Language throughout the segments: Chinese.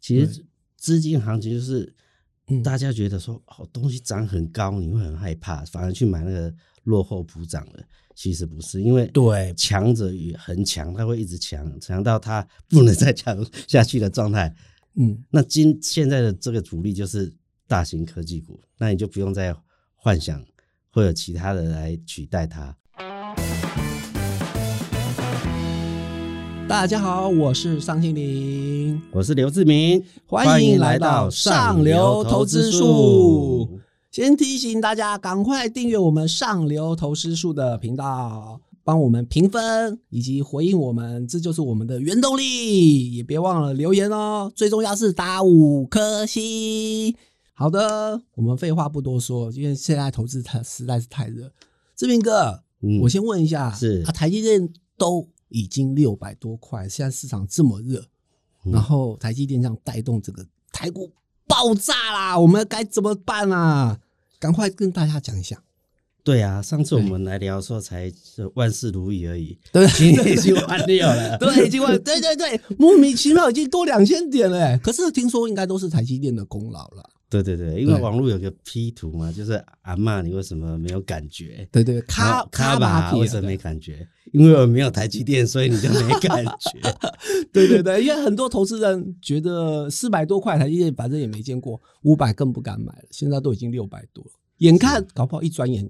其实资金行情就是嗯大家觉得说哦东西涨很高，你会很害怕，反而去买那个落后补涨的。其实不是，因为对强者也很强，他会一直强，强到他不能再强下去的状态。 嗯，那今现在的这个主力就是大型科技股，那你就不用再幻想会有其他的来取代它。大家好，我是尚庆林。我是刘志明，欢迎来到上流投资术。先提醒大家，赶快订阅我们上流投资术的频道，帮我们评分以及回应我们，这就是我们的原动力。也别忘了留言哦，最重要是打五颗星。好的，我们废话不多说，因为现在投资太实在是太热。志明哥，嗯我先问一下，是啊，台积电都已经六百多块，现在市场这么热，嗯然后台积电这样带动整个台股爆炸啦，我们该怎么办啊？赶快跟大家讲一下，对啊，上次我们来聊的时候才是万事如意而已，对不今 对？天已经完掉了。 对，已经完，对对对，莫名其妙已经多两千点了欸。可是听说应该都是台积电的功劳了。 对对对，因为对网络有个 P 图嘛，就是阿嬷你为什么没有感觉？对对，然卡啊后卡巴吧，皮为尔什么的没感觉？因为我没有台积电，所以你就没感 觉。对对对，因为很多投资人觉得四百多块台积电，反正也没见过，五百更不敢买了，现在都已经六百多了，眼看搞不好一转眼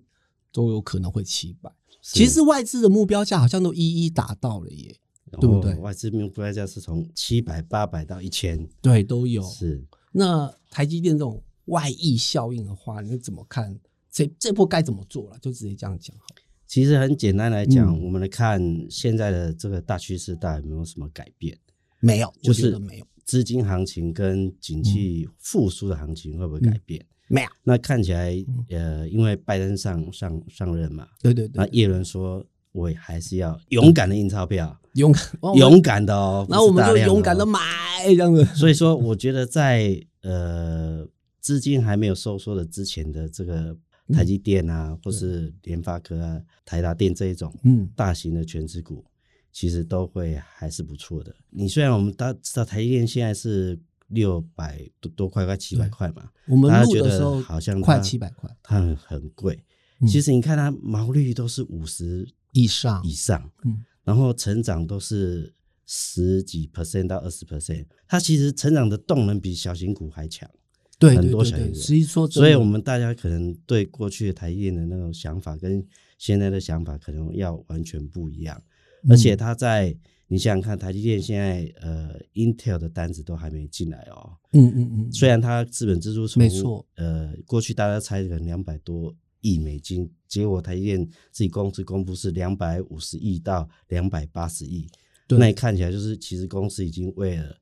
都有可能会七百。是其实外资的目标价好像都一一达到了耶，对不对哦外资目标价是从七百、八百到一千，对，都有。是那台积电这种外溢效应的话，你怎么看？这这波该怎么做了？就直接这样讲好了。其实很简单来讲，嗯我们来看现在的这个大趋势，大有没有什么改变？没有，就我觉是得没有，资金行情跟景气嗯复苏的行情会不会改变？没有。那看起来，呃，因为拜登上上上任嘛，对嗯对那对，耶伦说，我还是要勇敢的印钞票，勇敢，哦勇，敢的哦，然后我们不就是大啊量哦勇敢的。买这样子。所以说，我觉得在呃资金还没有收缩的之前的这个台积电啊，或是联发科啊、台达电这一种，嗯，大型的全职股，其实都会还是不错的。你虽然我们大知道台积电现在是六百多多块，快七百块嘛，我们大家录觉的时候得好像快它七百块它很很贵。嗯其实你看它毛利率都是五十以上以上，嗯然后成长都是十几 percent 到二十 percent，它其实成长的动能比小型股还强。对很对多对小型对，股所以说真所的，以，我们大家可能对过去的台积电的那种想法跟现在的想法可能要完全不一样。嗯而且它在你想想看，台积电现在呃，Intel 的单子都还没进来哦。嗯嗯嗯，虽然它资本支出从没错呃，过去大家猜可能两百多亿美金，结果台积电自己公司公布是两百五十亿到两百八十亿，对那你看起来就是其实公司已经为了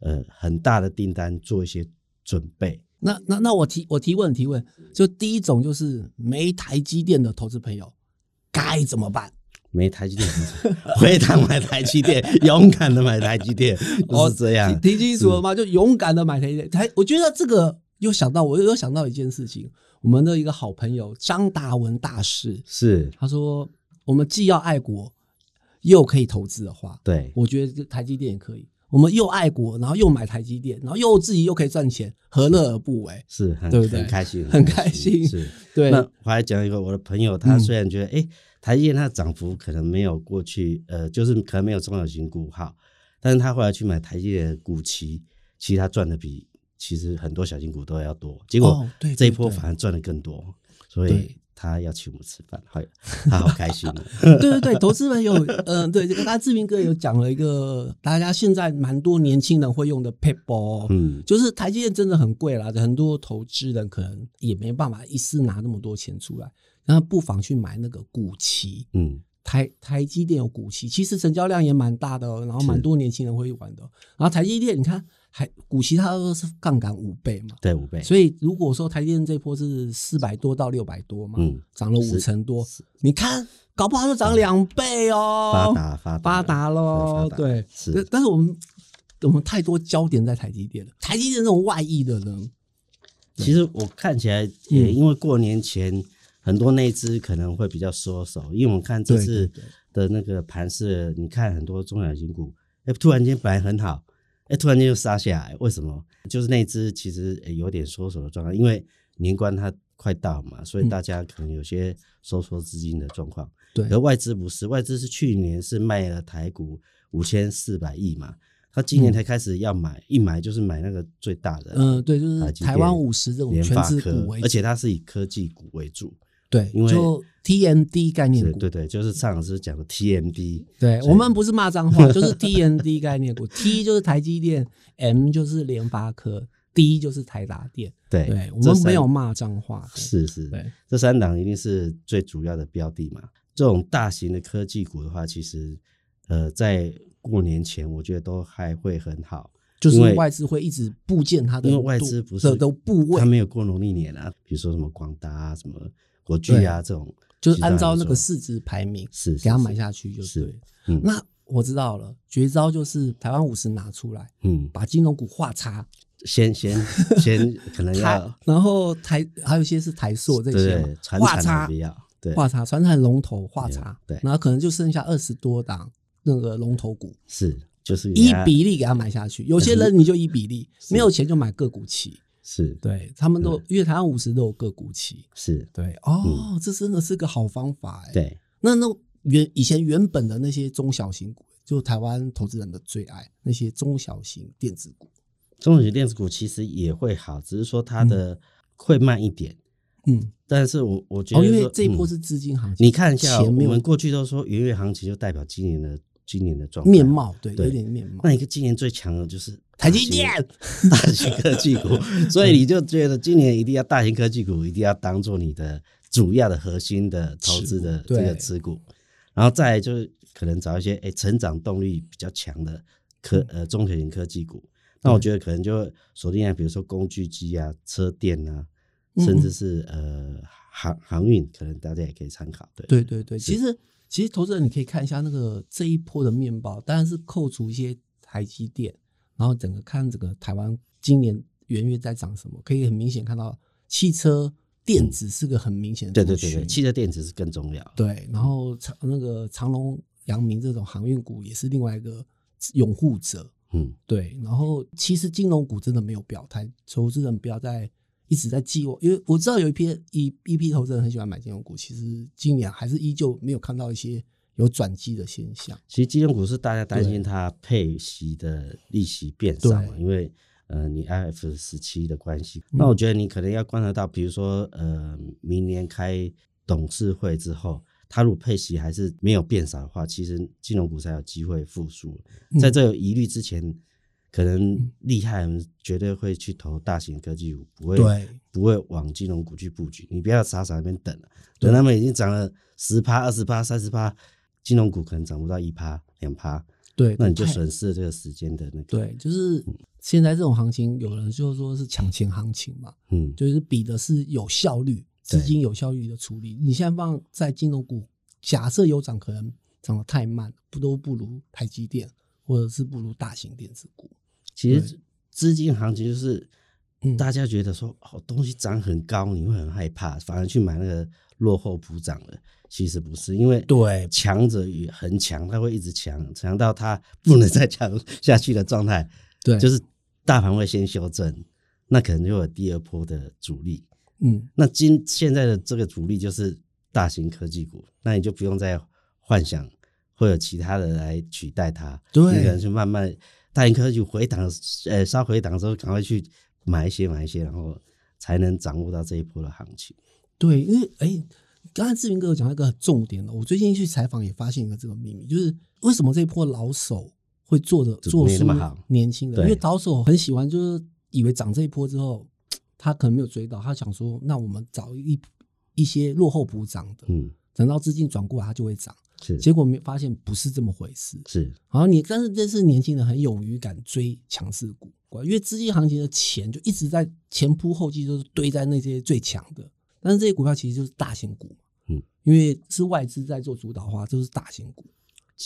呃很大的订单做一些准备。那那那我提我提问提问，就第一种就是没台积电的投资朋友该怎么办？没台积电， 回档买台积电，勇敢的买台积电，哦就是这样。嗯提提清楚了吗？就勇敢的买台积电。台，我觉得这个又想到我又想到一件事情，我们的一个好朋友张达文大师，是，他说我们既要爱国，又可以投资的话，对，我觉得这台积电也可以。我们又爱国，然后又买台积电，然后又自己又可以赚钱，何乐而不为？是很对不对很开心，很开心是，对，那我还讲一个我的朋友，他嗯虽然觉得哎、诶台积电它的涨幅可能没有过去，呃，就是可能没有中小型股好，但是他后来去买台积电的股期，其实他赚的比其实很多小型股都要多，结果哦对对这一波对反而赚的更多，所对以他要请我们吃饭，好，他好开心 哦。嗯对对对，投资人有，嗯、对，刚才志明哥有讲了一个，大家现在蛮多年轻人会用的 p a p e 嗯，就是台积电真的很贵啦，很多投资人可能也没办法一次拿那么多钱出来，然后不妨去买那个股期，嗯，台台积电有股息，其实成交量也蛮大的、哦，然后蛮是多年轻人会玩的哦、然后台积电，你看还股息它都是杠杆五倍嘛，对，五倍，所以如果说台积电这波是四百多到六百多嘛，嗯涨了五成多，你看搞不好就涨两倍发哦，达发达发达喽，发达对，是但但是我们我们太多焦点在台积电了，台积电这种外溢的人，其实我看起来嗯也因为过年前很多内资可能会比较缩手，因为我们看这对次对的那个盘势，你看很多中小型股，哎，突然间本来很好，哎，突然间就杀下来，为什么？就是那只其实哎诶有点缩手的状况，因为年关它快到嘛，所以大家可能有些收缩资金的状况。嗯对而外资不是，外资是去年是卖了台股五千四百亿嘛，他今年才开始要买，一买就是买那个最大的，嗯，对，就台是积台电湾五十这种联全发资科股为，主，而且它是以科技股为主，对，因为就 TMD 概念是股，对对，就是上老师讲的 TMD，对，所以我们不是骂脏话， 就是 TND 概念股，T 就是台积电，M 就是联发科，D 就是台达电。对，对，我这们三没有骂脏话的。是是，对，这三档一定是最主要的标的嘛。这种大型的科技股的话，其实呃，在过年前我觉得都还会很好，就是因为外资会一直部件它的因度，为外资不是的都部位它，没有过农历年啊，比如说什么广达啊、什么国巨啊这种，就是按照那其实都还不个错市值排名是给它是买是下去就是对。嗯那我知道了，绝招就是台湾五十拿出来，嗯，把金融股画叉，先先先可 能台要，然后台还有一些是台塑这对些哎对嘛，传画产的叉不，要，对画叉，传产龙头画叉，对对然后可能就剩下二十多档那个龙头股，是就是给一它比例给它买下去。有些人你就一比例，没有钱就买个股期。是对他们都，因为台湾五十都有个股期。是，对，哦，这真的是个好方法哎。，嗯对那那原以前原本的那些中小型股，就台湾投资人的最爱，那些中小型电子股。中小型电子股其实也会好，只是说它的会慢一点。嗯，但是我我觉哦，得因说，为这一波嗯是资金行情，你看一下哦，我前面们过去都说元月行情就代表今年的今年的状态面。貌，对，对有点面 貌那。一个今年最强的就是台积电大型 大型科技 股，所以你就觉得今年一定要大型科技股一定要当做你的主要的核心的投资的持股这对个持股，然后再来就是可能找一些诶成长动力比较强的科嗯呃中小型科技股。那我觉得可能就锁定在比如说工具机啊、车电啊，嗯甚至是呃航航运，可能大家也可以参考。对对对对，其实其实投资人你可以看一下那个这一波的面包，当然是扣除一些台积电，然后整个看整个台湾今年元月在涨什么，可以很明显看到汽车电子是个很明显的嗯对对族群、对对，汽车电子是更重要。对，然后长那个长隆、阳明这种航运股也是另外一个拥护者。嗯，对，然后其实金融股真的没有表态，投资人不要再一直在寄望，因为我知道有一批一一批投资人很喜欢买金融股，其实今年还是依旧没有看到一些有转机的现象。其实金融股是大家担心它配息的利息变少嘛，对嗯因为呃你 IF 十七的关系。那我觉得你可能要观察到，比如说呃明年开董事会之后，它如果配息还是没有变少的话，其实金融股才有机会复苏。嗯在这有疑虑之前，可能厉害人绝对会去投大型科技股，不会对不会往金融股去布局。你不要傻傻在那边等了，对等他们已经涨了十趴、二十趴、三十趴，金融股可能涨不到一趴、两趴，对，那你就嗯太损失了这个时间的那个。，对，就是现在这种行情，有人就说是抢钱行情嘛，嗯，就是比的是有效率，资金有效率的处理。你现在放在金融股，假设有涨，可能涨得太慢，不都不如台积电，或者是不如大型电子股。其实资金行情就是嗯大家觉得说哦东西涨很高，你会很害怕，反而去买那个落后补涨的。其实不是，因为对强者也很强，他会一直强，强到他不能再强下去的状态，对，就是是大盘会先修正，那可能就有第二波的主力。嗯，那今现在的这个主力就是大型科技股，那你就不用再幻想会有其他的来取代它，对你可能就慢慢大型科技股回档，呃，稍回档的时候，赶快去买一些买一些，然后才能掌握到这一波的行情。对，因为哎，刚才志云哥有讲到一个重点了，我最近去采访也发现一个这个秘密，就是为什么这一波老手会做的怎做么没出那么好年轻人，对因为老手很喜欢，就是以为涨这一波之后，他可能没有追到，他想说，那我们找一一些落后补涨的，嗯，等到资金转过来，它就会涨。是结果没发现不是这么回事，是，然后你，但是这次年轻人很勇于敢追强势股，因为资金行情的钱就一直在前仆后继，就是堆在那些最强的。但是这些股票其实就是大型股嘛，嗯，因为是外资在做主导化，就是大型股。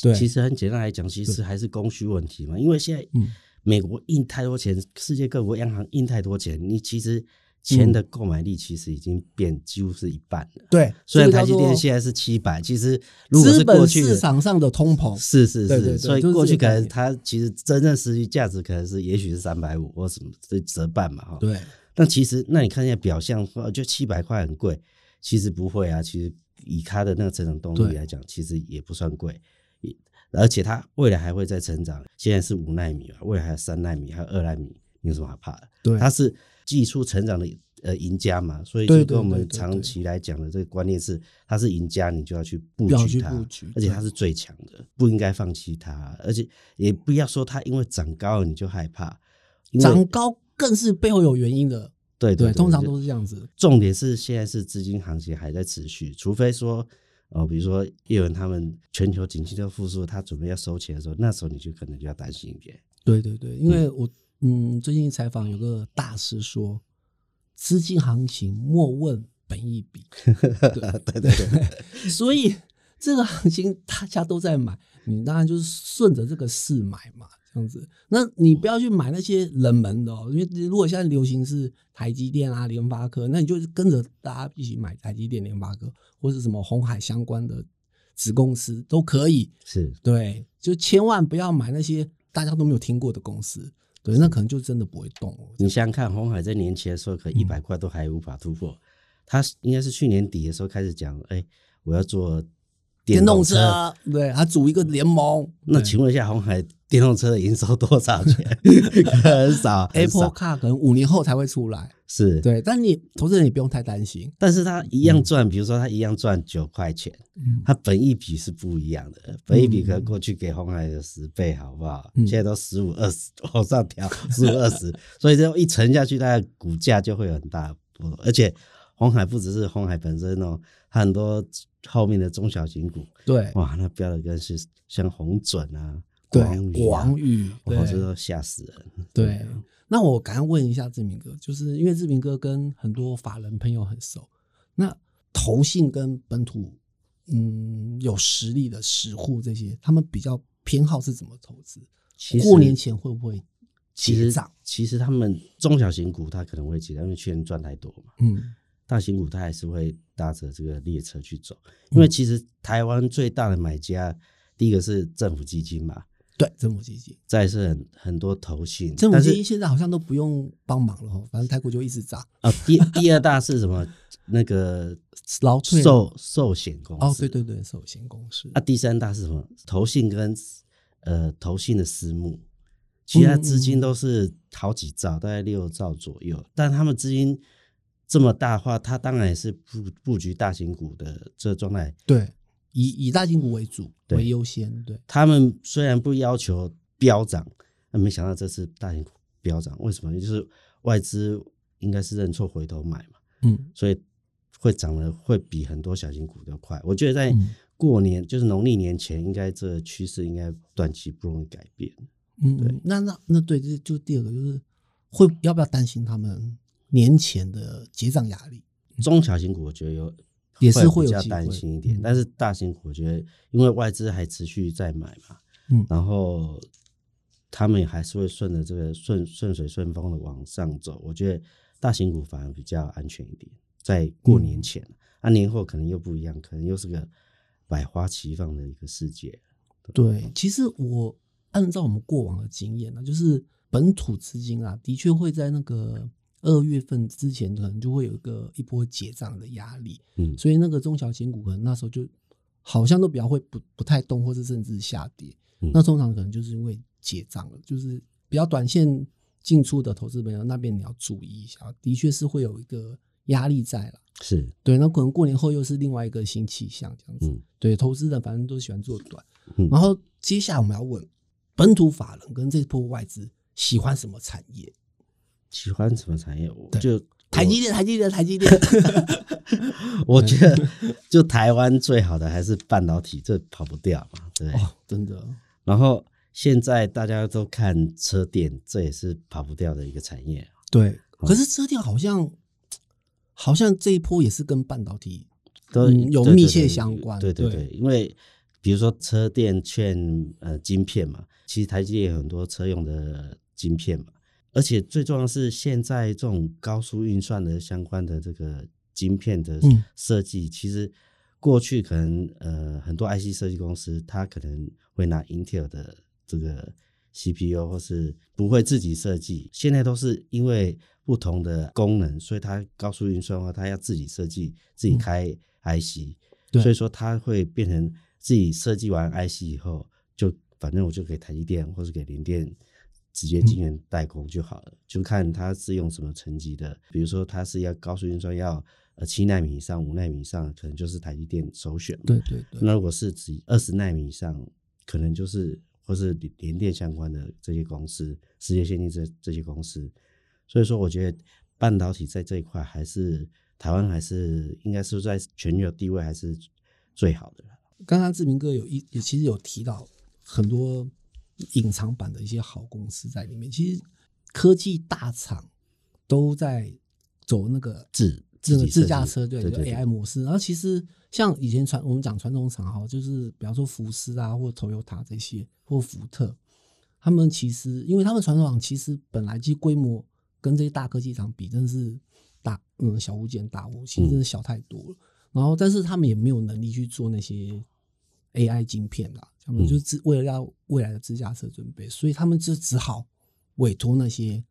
对其实很简单来讲，其实还是供需问题嘛，因为现在嗯美国印太多钱，世界各国央行印太多钱，你其实钱的购买力其实已经变几乎是一半了。对，虽然这台个积叫电做现在是七百，其实如果资是过本去的市场上的通膨，是是是，对对对所以就是过这去个可概能念它其实真正实际价值可能是也许是三百五或什么这折半嘛哈。对，那其实那你看一下表象，说哦就七百块很贵，其实不会啊。其实以它的那个成长动对力来讲，其实也不算贵，也而且它未来还会再成长。现在是五纳米嘛，未来还有三纳米，还有二纳米，你有什么好怕的？对它是技术成长的呃赢家嘛，所以对就对跟我对们对长对期来讲的这个观念是，它是赢家，你就要去布要局去它，布局而且对它是最强的，不应该放弃它，啊而且也不要说它因为长高了你就害怕，因为长高更是背后有原因的，对对，通常就都是这样子，重点是现在是资金行情还在持续，除非说，呃，比如说叶文他们全球景气都复苏，他准备要收钱的时候，那时候你就可能就要担心一点。对对对，因为我嗯，最近采访有个大师说，资金行情莫问本益比， 对对对， 所以这个行情大家都在买，你当然就是顺着这个势买嘛，这样子。那你不要去买那些冷门的哦，因为如果现在流行是台积电啊、联发科，那你就跟着大家一起买台积电、联发科，或是什么红海相关的子公司都可以。是对，就千万不要买那些大家都没有听过的公司，对，那可能就真的不会动哦。你想想看，红海在年前的时候，可一百块都还无法突破，他应该是去年底的时候开始讲，哎、我要做电动车。车，对，他组一个联盟。那对请问一下，红海电动车的营收多少 钱？很少很 Apple 少 Car 可能五年后才会出来，是，对，但你投资人也不用太担心，但是他一样赚，比如说他一样赚九块钱，嗯它本益比是不一样的，本益比可能过去给红海的十倍，好不好？嗯现在都十五二十往上调，十五二十， 所以这样一沉下去，它的股价就会有很大的波动。而且红海不只是红海本身哦，它很多后面的中小型股，对哇，那标的更是像红准啊、对广，宇啊广，宇，哇，这对都吓死人。对。那我刚刚问一下志明哥，就是因为志明哥跟很多法人朋友很熟，那投信跟本土，嗯，有实力的实户这些，他们比较偏好是怎么投资？其实过年前会不会其结实账？其实他们中小型股它可能会起来，因为去年赚太多嘛。嗯，大型股它还是会搭着这个列车去走，因嗯为其实台湾最大的买家，第一个是政府基金嘛，对，政府基金，再来是很很多投信，政府但基是金现在好像都不用帮忙了哦，反正泰国就一直涨，啊、第第二大是什么？那 个劳退啊寿寿险公司哦，对对对，寿险公司啊，第三大是什么？投信跟呃投信的私募，其嗯他资金都是好几兆，大概六兆左右。但他们资金这么大的话，他当然也是布布局大型股的这个状态。对，以以大金股为主对为优先，对，他们虽然不要求飙涨，那没想到这次大型股飙涨，为什么？就是外资应该是认错回头买嘛，嗯，所以会涨得会比很多小型股都快。我觉得在嗯过年，就是农历年前，应该这个趋势应该短期不容易改变。嗯，嗯那那那对，这就第二个就是会要不要担心他们年前的结账压力？中小型股我觉得有。嗯也是会会有比较机会担心一点嗯，但是大型股我觉得，因为外资还持续在买嘛，嗯然后他们也还是会顺着这个顺顺水顺风的往上走。我觉得大型股反而比较安全一点，在过嗯年前，那、年后可能又不一样，可能又是个百花齐放的一个世界。对，其实我按照我们过往的经验呢、啊就是本土资金啊，的确会在那个二月份之前，可能就会有一个一波结账的压力，嗯，所以那个中小型股可能那时候就好像都比较会不不太动，或是甚至下跌。嗯那通常可能就是因为结账了，就是比较短线进出的投资朋友那边你要注意一下，的确是会有一个压力在了。是，对，那可能过年后又是另外一个新气象这样子。嗯对，投资人反正都喜欢做短。嗯然后接下来我们要问，本土法人跟这波外资喜欢什么产业？喜欢什么产业？我对就台积电，台积电，台积电。我觉得就台湾最好的还是半导体，这跑不掉嘛，对不对。 哦，真的，然后现在大家都看车电，这也是跑不掉的一个产业。对，哦可是车电好像好像这一波也是跟半导体，都嗯有对对密对切相关对对对对，因为比如说车电券呃晶片嘛，其实台积电有很多车用的晶片嘛，而且最重要的是，现在这种高速运算的相关的这个晶片的嗯设计，其实过去可能呃很多 IC 设计公司，它可能会拿 Intel 的这个 CPU，或是不会自己设计。现在都是因为不同的功能，所以它高速运算的话，它要自己设计、自己开 IC，、对所以说它会变成自己设计完 IC 以后，就反正我就给台积电或是给联电。直接晶圆代工就好了，就看它是用什么层级的。比如说，它是要高速运算要呃七纳米以上、五纳米以上，可能就是台积电首选嘛。对对对，那如果是指二十纳米以上，可能就是或是联联电相关的这些公司，世界先进这这些公司。所以说，我觉得半导体在这一块还是台湾还是应该是在全球地位还是最好的啦。刚刚志明哥有一也其实有提到很多隐藏版的一些好公司在里面，其实科技大厂都在走那个自这个己设自驾计车对对就对 AI 模式。然后其实像以前传我们讲传统厂哈，就是比方说福斯啊，或 Toyota 这些，或福特，他们其实因为他们传统厂其实本来其实规模跟这些大科技厂比，真的是大嗯小巫见大巫，其实嗯真的小太多了。然后但是他们也没有能力去做那些 AI 晶片啦，他们嗯就是只为了要未来的自驾车准备，所以他们就只好委托那些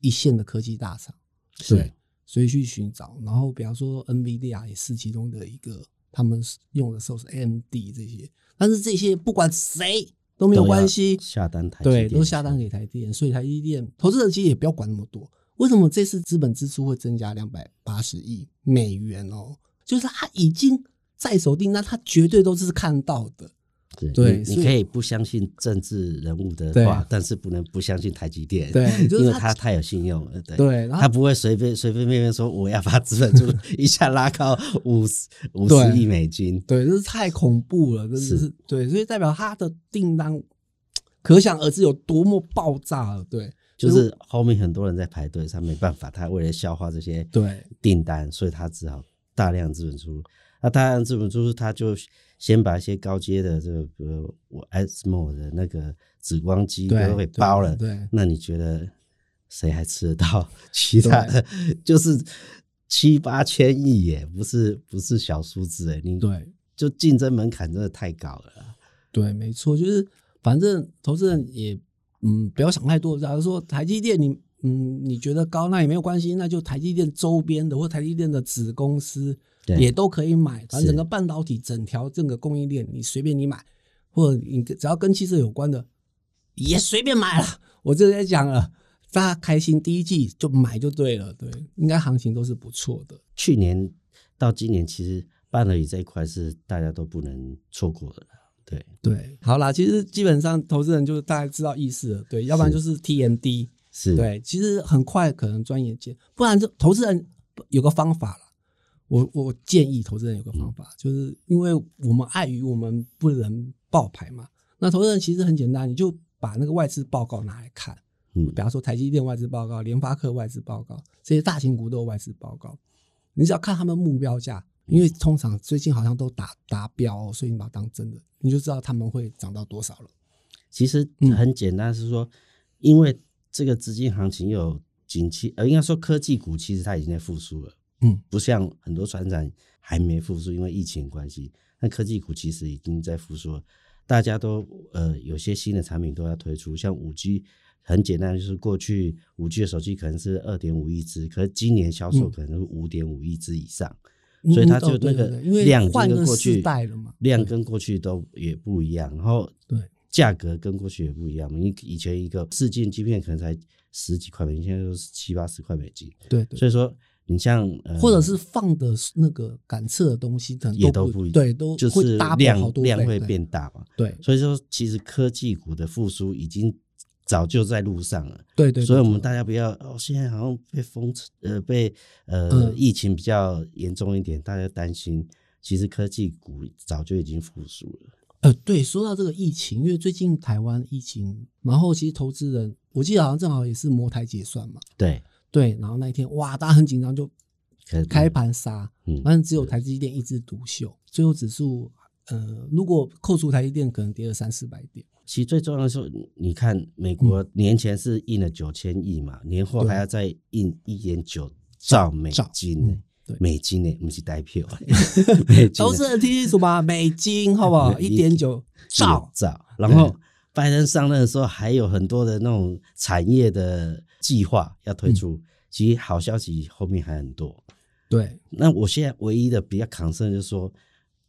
一线的科技大厂。是对所以去寻找。然后比方说 NVIDIA 也是其中的一个，他们用的时候是 AMD 这些，但是这些不管谁都没有都要关系，下单台积对，电都下单给台积电，所以台积电投资者其实也不要管那么多。为什么这次资本支出会增加两百八十亿美元哦？就是他已经在手订单，他绝对都是看到的。对，对你所以你可以不相信政治人物的对话，但是不能不相信台积电，对就是因为他他太有信用了，对。对，然后他不会随便随便便便说我要把资本出一下拉高五 十五对十亿美金，对，这是太恐怖了，真的是对，所以代表他的订单可想而知有多么爆炸了。对，就是后面很多人在排队，他没办法，他为了消化这些对订单，所以他只好大量资本出入。那大量资本出入，他就先把一些高阶的这个，比如我 SMO 的那个紫光机对都给对包了，对那你觉得谁还吃得到其他的？ 就是七八千亿耶，不是不是小数字哎，你对就竞争门槛真的太高了啊啦。对，没错，就是反正投资人也嗯不要想太多。假如说台积电你嗯你觉得高，那也没有关系，那就台积电周边的或台积电的子公司对也都可以买。反正是整个半导体整条整个供应链你随便你买，或者你只要跟汽车有关的也随便买了。我这在讲了。大家开心，第一季就买就对了，对，应该行情都是不错的，去年到今年，其实半导体这一块是大家都不能错过的啦。对，对，好啦，其实基本上投资人就是大概知道意思了，对，要不然就是 TMD，是，对，其实很快可能专业见，不然就投资人有个方法了。我我建议投资人有个方法，就是因为我们碍于我们不能爆牌嘛，那投资人其实很简单，你就把那个外资报告拿来看，嗯比，方说台积电外资报告、联发科外资报告这些大型股都有外资报告，你只要看他们目标价，因为通常最近好像都达达标哦、所以你把它当真的，你就知道他们会涨到多少了。其实嗯很简单，是说，因为这个资金行情有景气，呃，应该说科技股其实它已经在复苏了，嗯，不像很多船长还没复苏，因为疫情关系，那科技股其实已经在复苏了，大家都呃有些新的产品都要推出，像五 G。很简单，就是过去五 G 的手机可能是二点五亿只，可是今年销售嗯可能是五点五亿只以上。所以它就嗯那对个对对因为量就换跟个过去世代了嘛，量跟过去都也不一样，然后对价格跟过去也不一样嘛。你以前一个四 G 晶片可能才十几块美金，现在都是七八十块美金，对对所以说你像、呃、或者是放的那个感测的东西，可能也都不不一对，都就会是 double 好量多量倍会对变大嘛。对所以说，其实科技股的复苏已经早就在路上了。对对，所以，我对们大家不要哦，现在好像被封呃被呃、嗯疫情比较严重一点，大家担心。其实科技股早就已经复苏了。呃对，说到这个疫情，因为最近台湾疫情，然后其实投资人，我记得好像正好也是摩台结算嘛，对，对，然后那一天哇，大家很紧张，就可开，盘杀，嗯但是只有台积电一枝独秀，最后指数呃，如果扣除台积电，可能跌了三四百点。其实最重要的是，你看嗯美国年前是印了九千亿嘛，年后还要再印一点九兆美金呢、嗯对美金呢、不是代票， 美金都呢是很清楚吧？美金好不好？一点九兆，兆。然后拜登上任的时候，还有很多的那种产业的计划要推出，其实好消息后面还很多。对，那我现在唯一的比较 concern 就是说，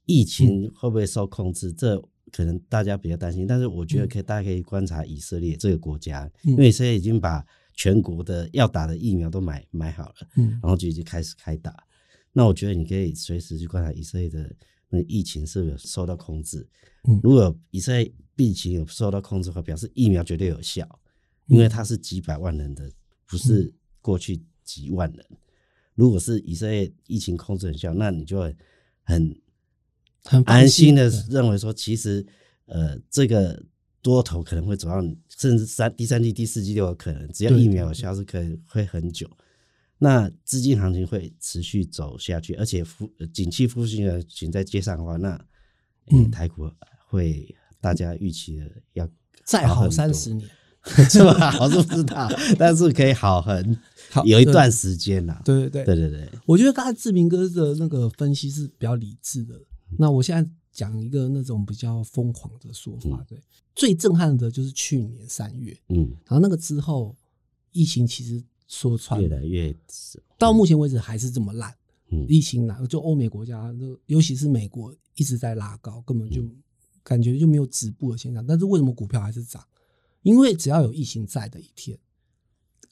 疫情会不会受控制？这可能大家比较担心，但是我觉得可以，大家可以观察以色列这个国家，嗯因为以色列已经把全国的要打的疫苗都买买好了，嗯，然后就已经开始开打。那我觉得你可以随时去观察以色列的那个疫情是不是有受到控制。嗯如果以色列疫情有受到控制的话，表示疫苗绝对有效，因嗯为它是几百万人的，不是过去几万人。如果是以色列疫情控制很效，那你就会很很放安心的对认为说，其实呃这个。多头可能会走到你，甚至三第三季、第四季都有可能，只要对疫对苗有效是可能会很久。那资金行情会持续走下去，而且复呃景气复兴的景在街上的话，那、呃嗯台股会大家预期的要再好很多三十年， 是吧？我是不知道，但是可以好很好有一段时间啦。对对对对，对对，我觉得刚才志明哥的那个分析是比较理智的。那我现在讲一个那种比较疯狂的说法，对，最震撼的就是去年三月，嗯，然后那个之后疫情其实说穿越了来越少到目前为止还是这么烂，嗯疫情哪就欧美国家，就尤其是美国一直在拉高，根本就感觉就没有止步的现象。但是为什么股票还是涨？因为只要有疫情在的一天，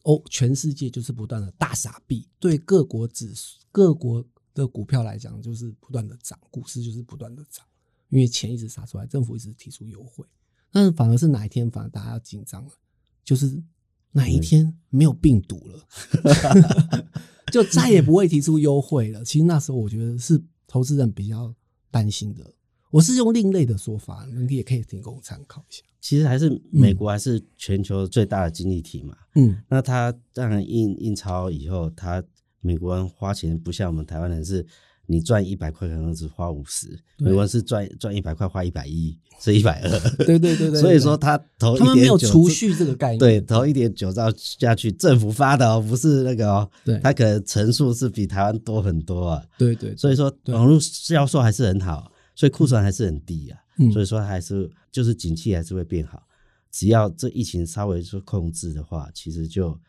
哦，全世界就是不断的大傻逼，对各国指数、各国的股票来讲，就是不断的涨，股市就是不断的涨，因为钱一直撒出来，政府一直提出优惠，但是反而是哪一天，反而大家要紧张了，就是哪一天没有病毒了。就再也不会提出优惠了。其实那时候我觉得是投资人比较担心的。我是用另类的说法，你们也可以提供参考一下。其实还是美国还是全球最大的经济体嘛。嗯，那它当然印印钞以后，它美国人花钱不像我们台湾人是，你赚一百块可能只花五十，对美国人是赚赚一百块花一百一，是一百二。对对对 对。所以说他投他们没有1.9储蓄这个概念。对，投一点九兆下去，政府发的哦，不是那个哦，对它可能层数是比台湾多很多啊，对对，所以说对网络销售还是很好，所以库存还是很低啊，嗯所以说还是就是景气还是会变好，只要这疫情稍微说控制的话，其实就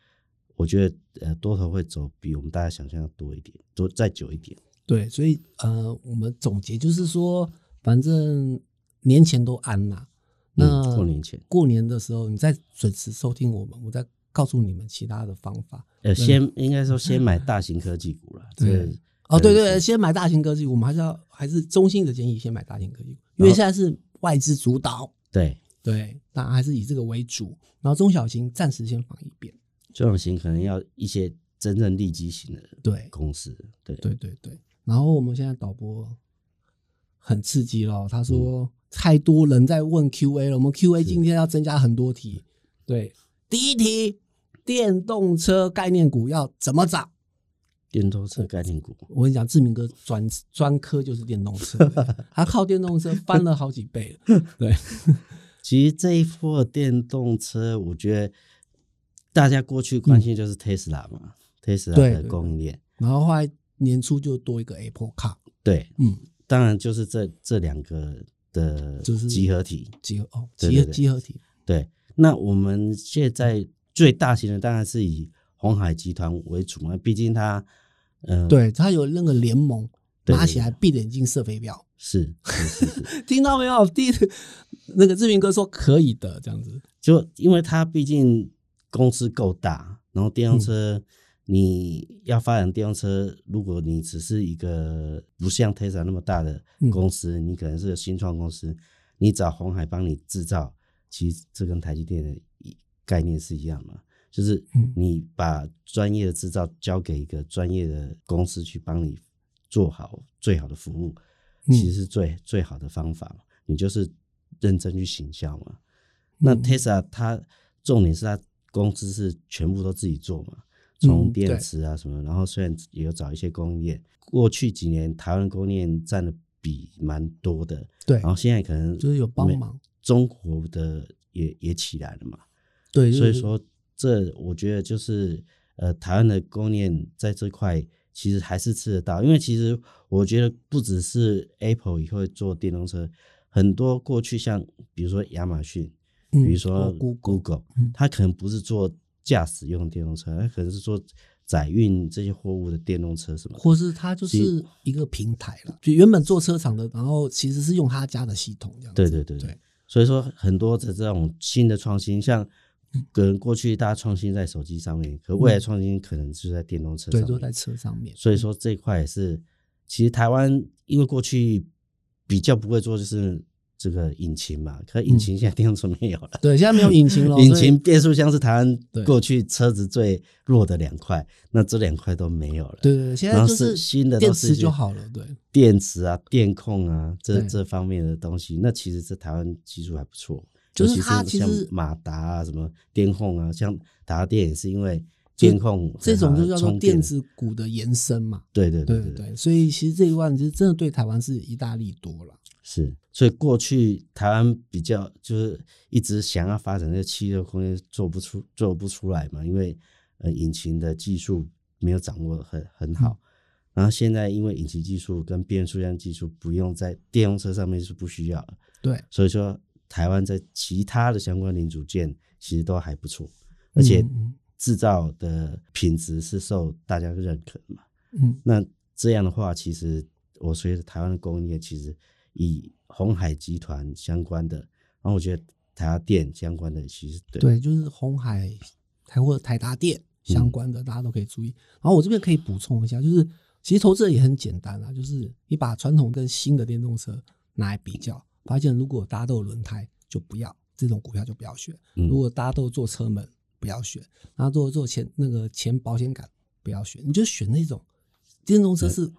我觉得呃多头会走比我们大家想象的多一点，多再久一点，对，所以呃，我们总结就是说，反正年前都安啦。那嗯，过年前。过年的时候，你再准时收听我们，我再告诉你们其他的方法。呃，先应 该说先买大型科技股了，对这哦，对对，可能对是先买大型科技股，我们还是要还是衷心的建议先买大型科技股，因为现在是外资主导，对，对，那还是以这个为主，然后中小型暂时先放一边，这种型可能要一些真正利基型的对公司，对对对对。然后我们现在导播很刺激咯，他说太多人在问 Q&A 了，我们 Q&A 今天要增加很多题，对，第一题，电动车概念股要怎么涨？电动嗯车概念股，我跟你讲，志明哥专专科就是电动 车，他靠电动车翻了好几倍了，对。其实这一波的电动车，我觉得大家过去关心就是 Tesla 嘛、t e s l 对 a 的对供应链，然后后来年初就多一个 Apple Car，对，嗯，当然就是这这两个的就是集合体，集合哦，对集对合对集合体，对。那我们现在最大型的当然是以红海集团为主嘛，毕竟它，嗯、呃，对，它有那个联盟，对拿起来闭着眼睛射飞镖，是是是是，听到没有？ 第一，那个志明哥说可以的，这样子，就因为它毕竟公司够大，然后电嗯动车、你要发展电动车，如果你只是一个不像 Tesla 那么大的嗯公司，你可能是个新创公司，你找红海帮你制造，其实这跟台积电的一概念是一样嘛，就是嗯你把专业的制造交给一个专业的公司去帮你做好最好的服务，嗯其实是最最好的方法嘛，你就是认真去行销嘛。那嗯 Tesla 它重点是它公司是全部都自己做嘛，嗯从电对池啊什么，然后虽然也有找一些供应链，过去几年台湾供应链占了比蛮多的，对然，后现在可能就是有帮忙，中国的也也起来了嘛，对，所以就是说这我觉得就是呃，台湾的供应链在这块其实还是吃得到，因为其实我觉得不只是 Apple 以后做电动车，很多过去像比如说亚马逊，嗯比如说我估 Google，、嗯它可能不是做驾驶用的电动车，它可能是做载运这些货物的电动车什么的。或是它就是一个平台了，就原本做车厂的，然后其实是用他家的系统这样子。对对对对对，所以说很多的这种新的创新，像嗯可能过去大家创新在手机上面，可未来创新可能是在电动车上对，面。都在嗯车上面。所以说这一块也是，其实台湾因为过去比较不会做就是这个引擎嘛，可嗯引擎现在电动车没有了。对，现在没有引擎 了，引所以擎变速箱是台对湾过去车子最弱的两块，那这两块都没有了。对对对，现在然后就是新的都电是池一些就好了，对电池啊、电控啊这对这方面的东西，那其实这台湾技术还不错，就是尤其它其像实马达啊、什么电控啊，像达电也是因为就电控这种很就好叫做充电电，子股的延伸嘛。对对对对对对，所以其实这一万其实真的对台湾是一大利多了。是，所以过去台湾比较就是一直想要发展这个汽车工业，做不出做不出来嘛，因为呃引擎的技术没有掌握得很很好。然后现在因为引擎技术跟变速箱技术不用在电动车上面是不需要了，对，所以说台湾在其他的相关零组件其实都还不错，而且嗯制造的品质是受大家认可的嘛。嗯，那这样的话，其实我随着台湾的供应链，其实以红海集团相关的，然后我觉得台达电相关的，其实对对，就是红海台或者台达电相关的，大家都可以注意。然后我这边可以补充一下，就是其实投资人也很简单啊，就是你把传统跟新的电动车拿来比较，发现如果大家都有轮胎，就不要这种股票就不要选；嗯如果大家都做车门，不要选；然后做做前那个前保险杆，不要选，你就选那种电动车是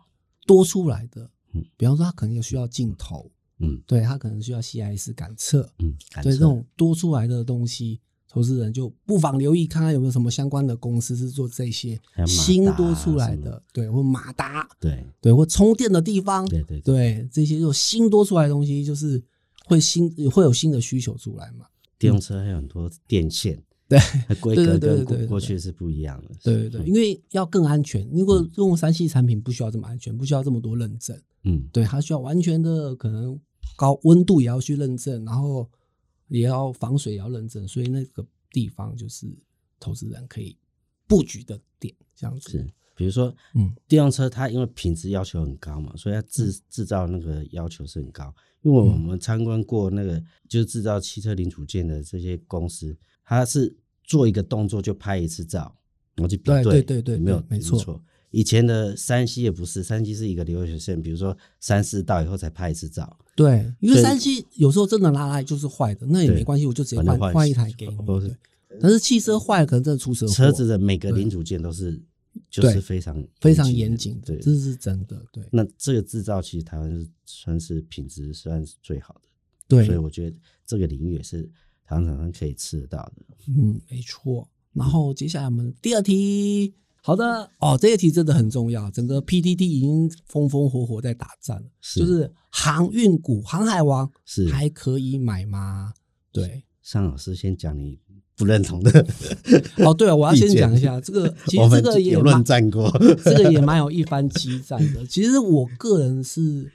多出来的嗯。比方说，它可能有需要镜头，嗯对，它可能需要 CIS 感测，嗯，感对受这种多出来的东西，投资人就不妨留意看看有没有什么相关的公司是做这些还有马达啊新多出来什么的，对，或马达，对对，或充电的地方，对对对，嗯对，这些就新多出来的东西，就是会新会有新的需求出来嘛，电动车还有很多电线，嗯对，它规对对格对跟对对过过对去是不一样的。嗯对对对，因为要更安全，如果用三 C 产品不需要这么安全，不需要这么多认证，嗯，对，它需要完全的可能高温度也要去认证，然后也要防水也要认证，所以那个地方就是投资人可以布局的点，这样子。是，比如说嗯，电动车它因为品质要求很高嘛，所以它制制造那个要求是很高。因为我们参观过那嗯个就是制造汽车零组件的这些公司，它是做一个动作就拍一次照，然后去比对对对对有没有对没有错错。以前的山西也不是，山西是一个流水线，比如说三四道以后才拍一次照，对，因为对三 C 有时候真的拉来就是坏的，那也对没关系，我就直接反正换换换一台给你。或是对但是汽车坏了可能真的出车祸，车子的每个零组件都是就是非常非常严严谨的，对，这是真的。对那这个制造其实台湾是算是品质算是最好的，所以对，我觉得这个领域也是台湾厂商可以吃得到的。嗯，没错。然后接下来我们第二题，好的哦，这一题真的很重要，整个 PTT 已经风风火火在打战了。是就是航运股、航海王是还可以买吗？对，尚老师先讲你不认同的，哦， 对了，我要先意见讲一下这 个，其我实们这个也有蛮论战过。 这个也蛮有一番激战 的。其实我个人是，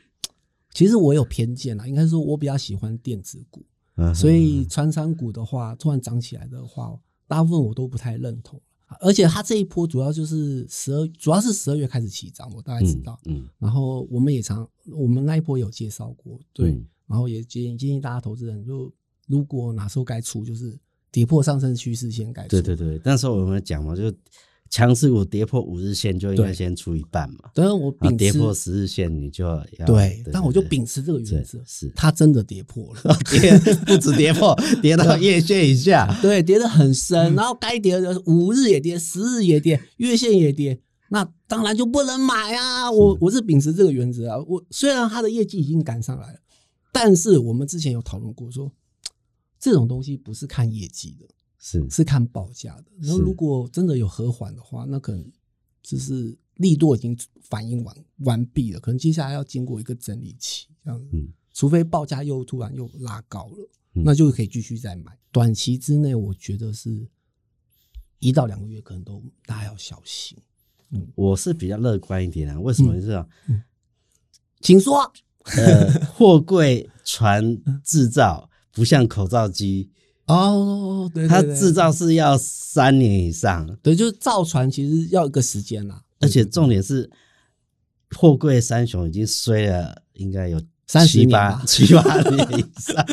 其实我有偏见啊啦，应该说我比较喜欢电子股，嗯所以穿山股的话，突然涨起来的话，大部分我都不太认同。而且它这一波主要就是十二，主要是十二月开始起涨，我大概知道。嗯，然后我们也常，我们那一波有介绍过，对，嗯然后也建议建议大家投资人，就如果哪时候该出，就是跌破上升趋势线该出。对对对，那时候我们讲嘛，就强势股跌破五日线就应该对先出一半嘛，但是我啊，秉跌破啊持十日线你就要对，但我就秉持持这个 原则，是它真的跌破了，跌不止跌破，跌到月线以 下。对，跌得很深，然后该跌的五日也跌，十日也跌，月线也跌。那当然就不能买啊！我我是秉持这个原则啊。我虽然它的业绩已经赶上来了，但是我们之前有讨论过说，这种东西不是看业绩的，是是看报价的。然后是如果真的有和缓的话，那可能就是力度已经反应完完毕了，可能接下来要经过一个整理期，这样子，嗯除非报价又突然又拉高了，嗯那就可以继续再买。短期之内，我觉得是一到两个月，可能都大家要小心。我是比较乐观一点啊。为什嗯么是啊？请说，呃，货柜船制造不像口罩机，哦，对它对对，制造是要三年以上，对，就是造船其实要一个时间啦，而且重点是货柜三雄已经衰了，应该有30七年八吧七八年以 上，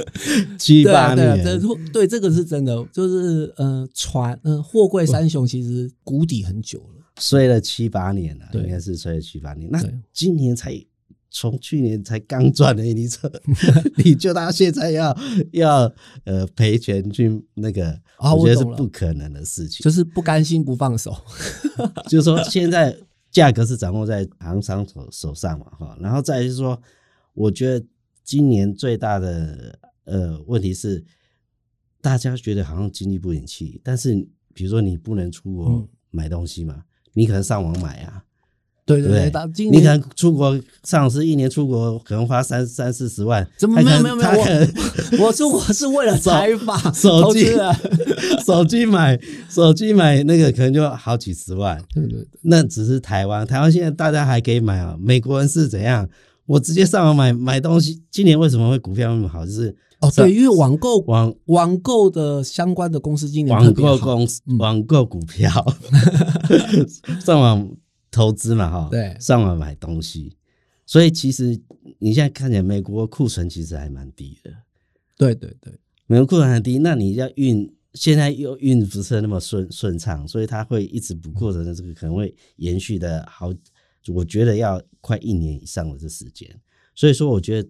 七对八啊，对啊，年。这货对这个是真的，就是呃，船呃，货柜三雄其实谷底很久了，衰了七八年了、对应该是衰了七八年。那对今年才从去年才刚赚的，你这 你就他现在要要呃赔钱去那个，啊我觉得是我懂了不可能的事情。就是不甘心不放手。就是说现在价格是掌握在行商手手上嘛，哈。然后再来就是说，我觉得今年最大的呃问题是，大家觉得好像经济不景气，但是比如说你不能出国嗯买东西嘛，你可能上网买啊。对对对不对对，到今你可年能出国上市一年出国可能花三三四十万，怎么他没有可没有没有他可能我我说我是为了采访手投资机 人， 手机买手机买那个可能就好几十万，对对那只是台湾，台湾现在大家还可以买啊，美国人是怎样？我直接上网买买东西，今年为什么会股票那么好？就是啊哦对，因为网购网网购的相关的公司今年特网别好购公司、嗯网购股票， 上网投资嘛哈，对上网买东西，所以其实你现在看起来美国库存其实还蛮低的，对对对，美国库存很低，那你要运，现在又运不是那么顺顺畅，所以它会一直补库存的这个可能会延续的好，我觉得要快一年以上的这时间。所以说，我觉得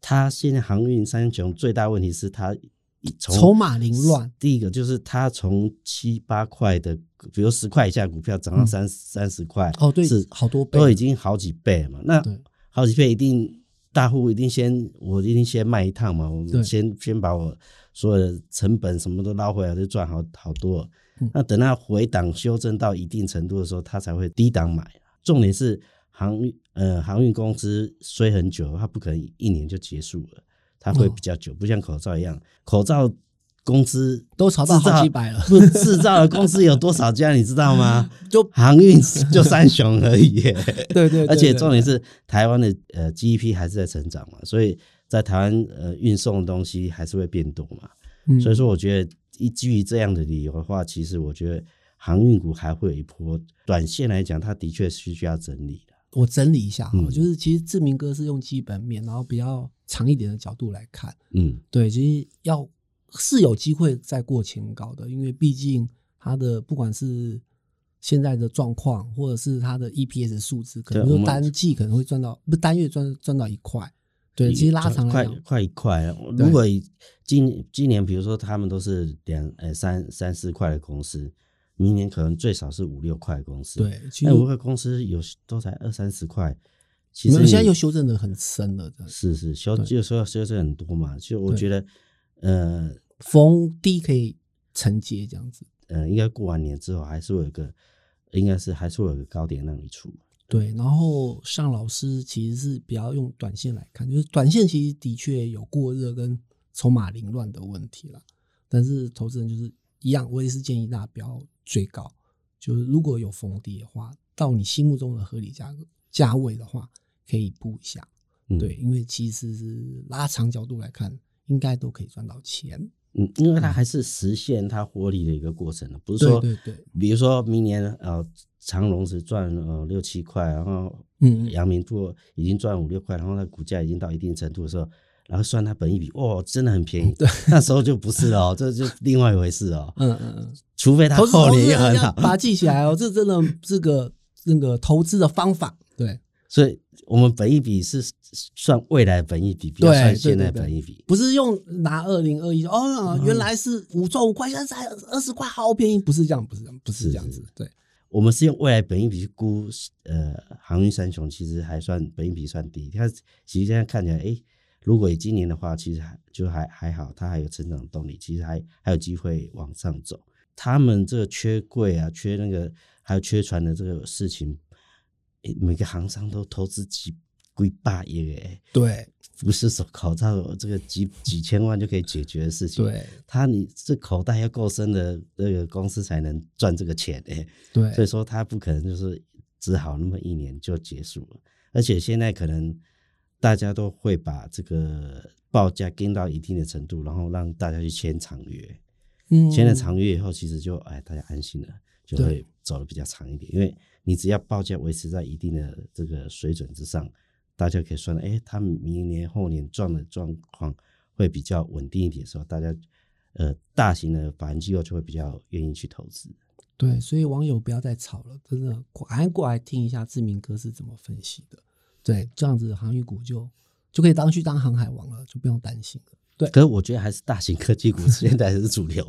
它现在航运三雄最大问题是它一筹码凌乱，第一个就是它从七八块的，比如十块以下股票涨到嗯三三十块，哦对是好多倍都已经好几倍了嘛。那对好几倍一定大户一定先，我一定先卖一趟嘛，我对先先把我所有的成本什么都捞回来，就赚好好多了嗯。那等它回档修正到一定程度的时候，它才会低档买。啊重点是航运呃航运公司虽很久，它不可能一年就结束了，它会哦比较久，不像口罩一样，口罩公司都炒到制造好几百 了不制造的公司有多少家，你知道 吗？就航运就三雄而已耶。 对对，对而且对重点是台湾的呃 GDP 还是在成长嘛，所以在台湾呃运送的东西还是会变多嘛。嗯所以说，我觉得一基于这样的理由的话，其实我觉得航运股还会有一波，短线来讲，它的确是需要整理的。我整理一下哈嗯，就是其实志明哥是用基本面，然后比较长一点的角度来看。嗯对，其实要是有机会再过前高的，因为毕竟它的不管是现在的状况，或者是它的 EPS 数字，可对能我说们单季可能会赚到，不单月赚赚到一块。对，其实拉长来嗯快讲，快一块啊。如果以今今年比如说他们都是两呃三三四块的公司，明年可能最少是五六块的公司。，对，其实那五六块公司有都才二三十块，其你实们现在你又修正的很深了，真的是是，修对有时候修正很多嘛，就我对觉得，呃逢低可以承接这样子。呃，应该过完年之后还是会有一个，应该是还是会有一个高点让你出。对，然后尚老师其实是比较用短线来看，就是短线其实的确有过热跟筹码凌乱的问题啦。但是投资人就是一样，我也是建议大家不要追高，就是如果有逢低的话，到你心目中的合理价格价位的话，可以布一下。嗯，对，，因为其实是拉长角度来看，应该都可以赚到钱。嗯，因为它还是实现它获利的一个过程的，不是对说，对对比如说明年呃长隆只赚呃六七块，然后嗯嗯阳明做已经赚五六块，然后它股价已经到一定程度的时候。然后算它本一比，哦，真的很便宜。那时候就不是了哦，这就另外一回事哦。嗯嗯嗯。除非它投资后投年资也很人要好，把它记起来哦，这真的是个那个投资的方法。对。所以我们本益比是算未来本益比，不要对算对现在对对本益比。不是用拿二零二一哦，原来是五赚五块，现在才二十块，好便宜，不是这样，不是这样，不是这样子，对我们是用未来本益比去估，呃，航运三雄其实还算本益比算低。它其实现在看起来，诶，如果以今年的话，其实还就还还好，它还有成长动力，其实还还有机会往上走。他们这个缺柜啊，缺那个还有缺船的这个事情，诶每个行商都投资几几百亿诶，对不是说口罩这个几几千万就可以解决的事情。，对他你这口袋要够深的那个公司才能赚这个钱诶。所以对说他不可能就是只好那么一年就结束了。而且现在可能大家都会把这个报价跟到一定的程度，然后让大家去签长约。嗯签了长约以后，其实就哎大家安心了，就对会走的比较长一点。因为你只要报价维持在一定的这个水准之上，大家可以算，哎，他们明年后年赚的状况会比较稳定一点的时候，大家呃大型的法人机构就会比较愿意去投资。对，所以网友不要再吵了，真的，赶快过来听一下志明哥是怎么分析的。对，这样子航运股就就可以当去当航海王了，就不用担心了。可是我觉得还是大型科技股 现在还是主流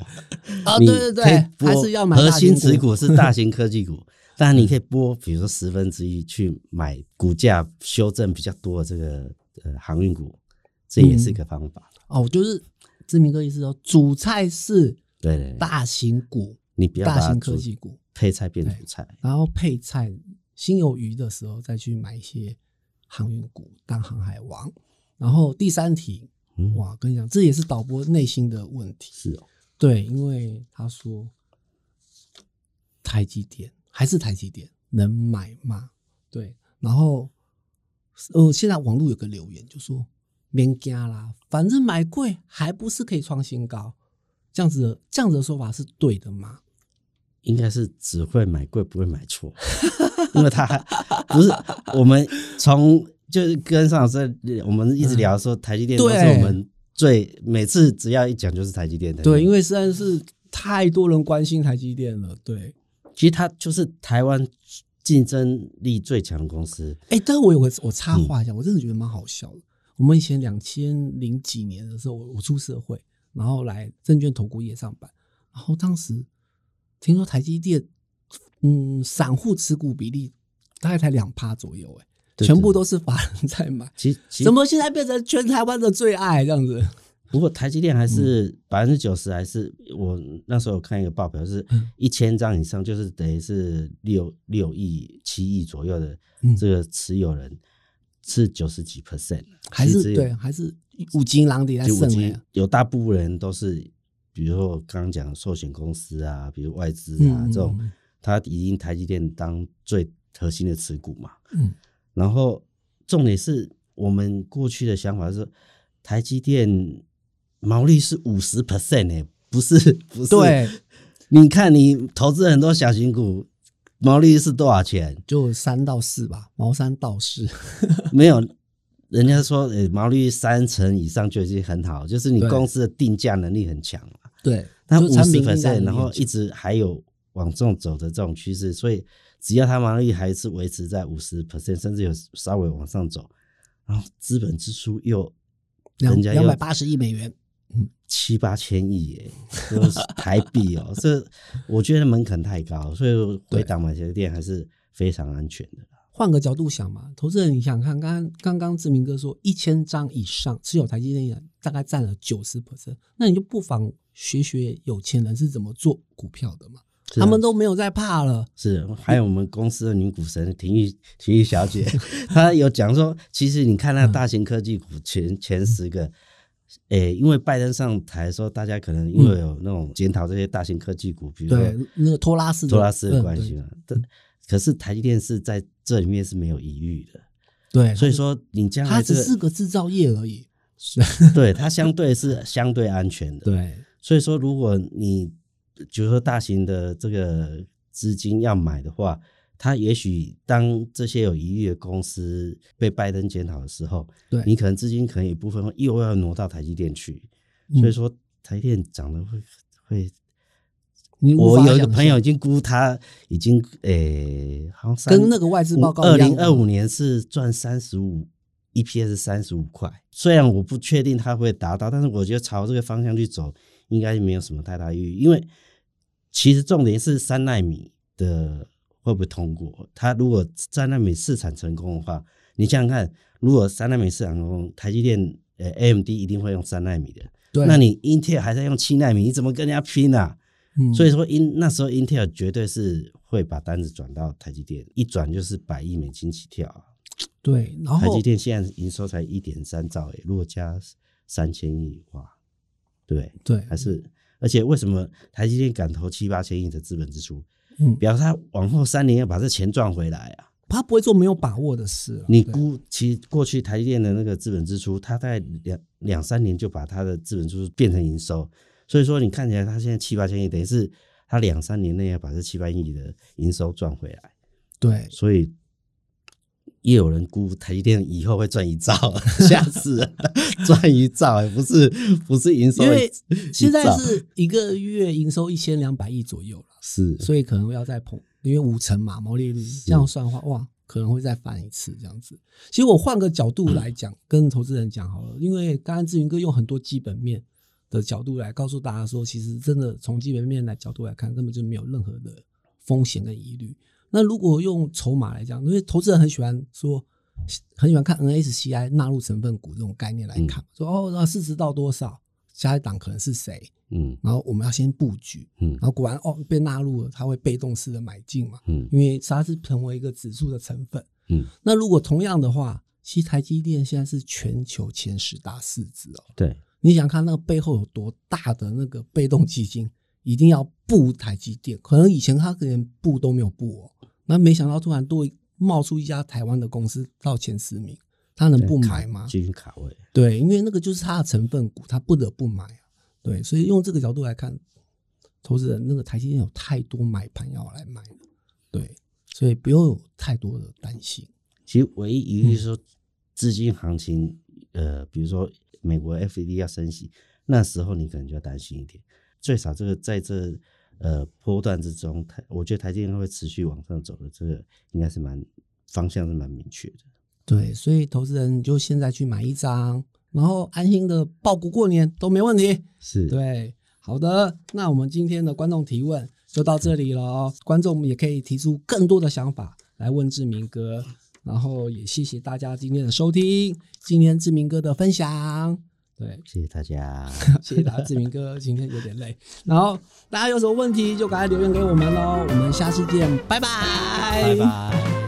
啊，你对对对可以，拨还是要买核大型心持股是大型科技 股，但你可以拨，比如说十分之一去买股价修正比较多的这个呃航运股，这也是一个方法。哦，就是志明哥意思说，主菜是对对对，大型股、你不要大把型科主技股，配菜变主菜。然后配菜心有余的时候再去买一些航运股当航海王。然后第三题，嗯，哇，跟你讲，这也是导播内心的问题。是哦，对，因为他说台积电还是台积电能买吗？对，然后呃，现在网络有个留言就说免惊啦，反正买贵还不是可以创新高，这样子的这样子的说法是对的吗？应该是只会买贵不会买错， 因为他不是我们从就是跟上老师，我们一直聊说台积电都是嗯对我们最每次只要一讲就是台积电的，对，因为为实在是太多人关心台积电了。对，其实它就是台湾竞争力最强的公司，哎，但我有个我插话一下，我真的觉得蛮好笑的。我们以前两千零几年的时候，我我出社会，然后来证券投顾业上班，然后当时听说台积电，嗯，散户持股比例大概才两趴左右、诶对全部都是法人在买，其实其实怎么现在变成全台湾的最爱这样子？不过台积电还是嗯百分之九十，还是我那时候有看一个报表，是嗯一千张以上，就是等于是六六亿、七亿左右的嗯这个持有人是九十几 percent，还其是实对，啊还是五金狼的来就胜哎我诶觉得有大部分人都是，比如说我刚刚讲的寿险公司啊，比如外资啊、嗯这种，它已经台积电当最核心的持股嘛。嗯然后重点是我们过去的想法是，台积电毛利是五十 percent 哎，不是不是。对，你看你投资很多小型股，毛利是多少钱？就三到四吧，毛三到四，没有，人家说呃毛利三成以上就已经很好，就是你对公司的定价能力很强嘛。对，它就五是产十品力在 percent，里然后面一直还有往这种走的这种趋势，所以只要它毛利还是维持在五十 percent，甚至有稍微往上走，然后资本支出又两人家两又百八十亿美元。七八千亿耶，就是台币哦，这我觉得门槛太高，所以回档买鞋店还是非常安全的。换个角度想嘛，投资人你想看，刚刚刚刚志明哥说一千张以上持有台积电的人大概占了九十 percent，那你就不妨学学有钱人是怎么做股票的嘛，是啊他们都没有在怕了。是，还有我们公司的女股神体育体育小姐， 她有讲说，其实你看那大型科技股前前十个，诶、因为拜登上台的时候，大家可能因为有那种检讨这些大型科技股，比如嗯对说，那个托拉斯的托拉斯的关系嗯嘛，但可是台积电是在这里面是没有疑虑的，对，所以说你将它来这只是个，个制造业而已。对它相对是相对安全的，对，所以说，如果你比如说大型的这个资金要买的话，它也许当这些有疑虑的公司被拜登检讨的时候，对你可能资金可能有一部分会又要挪到台积电去，嗯所以说台积电涨得会会。你无我法有一个想朋友象已经估他已经诶、好像跟那个外资报告二一样零二五年是赚三十五 EPS 三十五块，虽然我不确定他会达到，但是我觉得朝这个方向去走，应该没有什么太大意义，因为其实重点是三纳米的会不会通过，它如果三纳米试产成功的话，你想想看，如果三纳米市场成功，台积电呃 AMD 一定会用三纳米的，对，那你 Intel 还在用七纳米，你怎么跟人家拼啊？嗯所以说英那时候 Intel 绝对是会把单子转到台积电，一转就是百亿美金起跳啊。对，然台后积电现在营收才一点三兆诶，如果加三千亿，哇，对不对，对，还是而且为什么台积电敢投七八千亿的资本支出？嗯，表示它往后三年要把这钱赚回来啊！他不会做没有把握的事啊。你对估其实过去台积电的那个资本支出，它大概两两三年就把它的资本支出变成营收，所以说你看起来它现在七八千亿，等于是它两三年内要把这七八亿的营收赚回来，对，所以也有人估台积电以后会赚一兆，吓死人！赚一兆欸不是不是营收因为会，现在兆是一个月营收一千两百亿左右了，是所以可能要再碰，因为五成嘛毛利率，这样算的话，哇，可能会再翻一次这样子。其实我换个角度来讲，跟投资人讲好了，因为刚刚志云哥用很多基本面的角度来告诉大家说，其实真的从基本面来角度来看，根本就没有任何的风险跟疑虑。那如果用筹码来讲，因为投资人很喜欢说，很喜欢看 NSCI 纳入成分股这种概念来看，说哦，那市值到多少，下一档可能是谁，嗯然后我们要先布局，嗯然后果然哦被纳入了，它会被动式的买进嘛，嗯因为它是成为一个指数的成分。嗯，那如果同样的话，其实台积电现在是全球前十大市值哦，对，你想看那个背后有多大的那个被动基金，一定要布台积电，可能以前他连布都没有布哦，那没想到突然多一冒出一家台湾的公司到前十名，他能不买吗？继续卡位，对，因为那个就是它的成分股，他不得不买啊。对，所以用这个角度来看，投资人那个台积电有太多买盘要来买了，对，所以不用有太多的担心。其实唯一疑嗯虑是说资金行情，呃，比如说美国 FED 要升息，那时候你可能就要担心一点。最少这个在这呃波段之中，台我觉得台积电会持续往上走的，这个应该是蛮方向是蛮明确的。对，所以投资人你就现在去买一张，然后安心的爆股过年都没问题。是，对，好的，那我们今天的观众提问就到这里了哦。观众们也可以提出更多的想法来问志明哥，然后也谢谢大家今天的收听，今天志明哥的分享。对，谢谢大家，谢谢大家，志明哥今天有点累。然后 大家有什么问题就赶快留言给我们哦，我们下次见，拜拜，拜拜。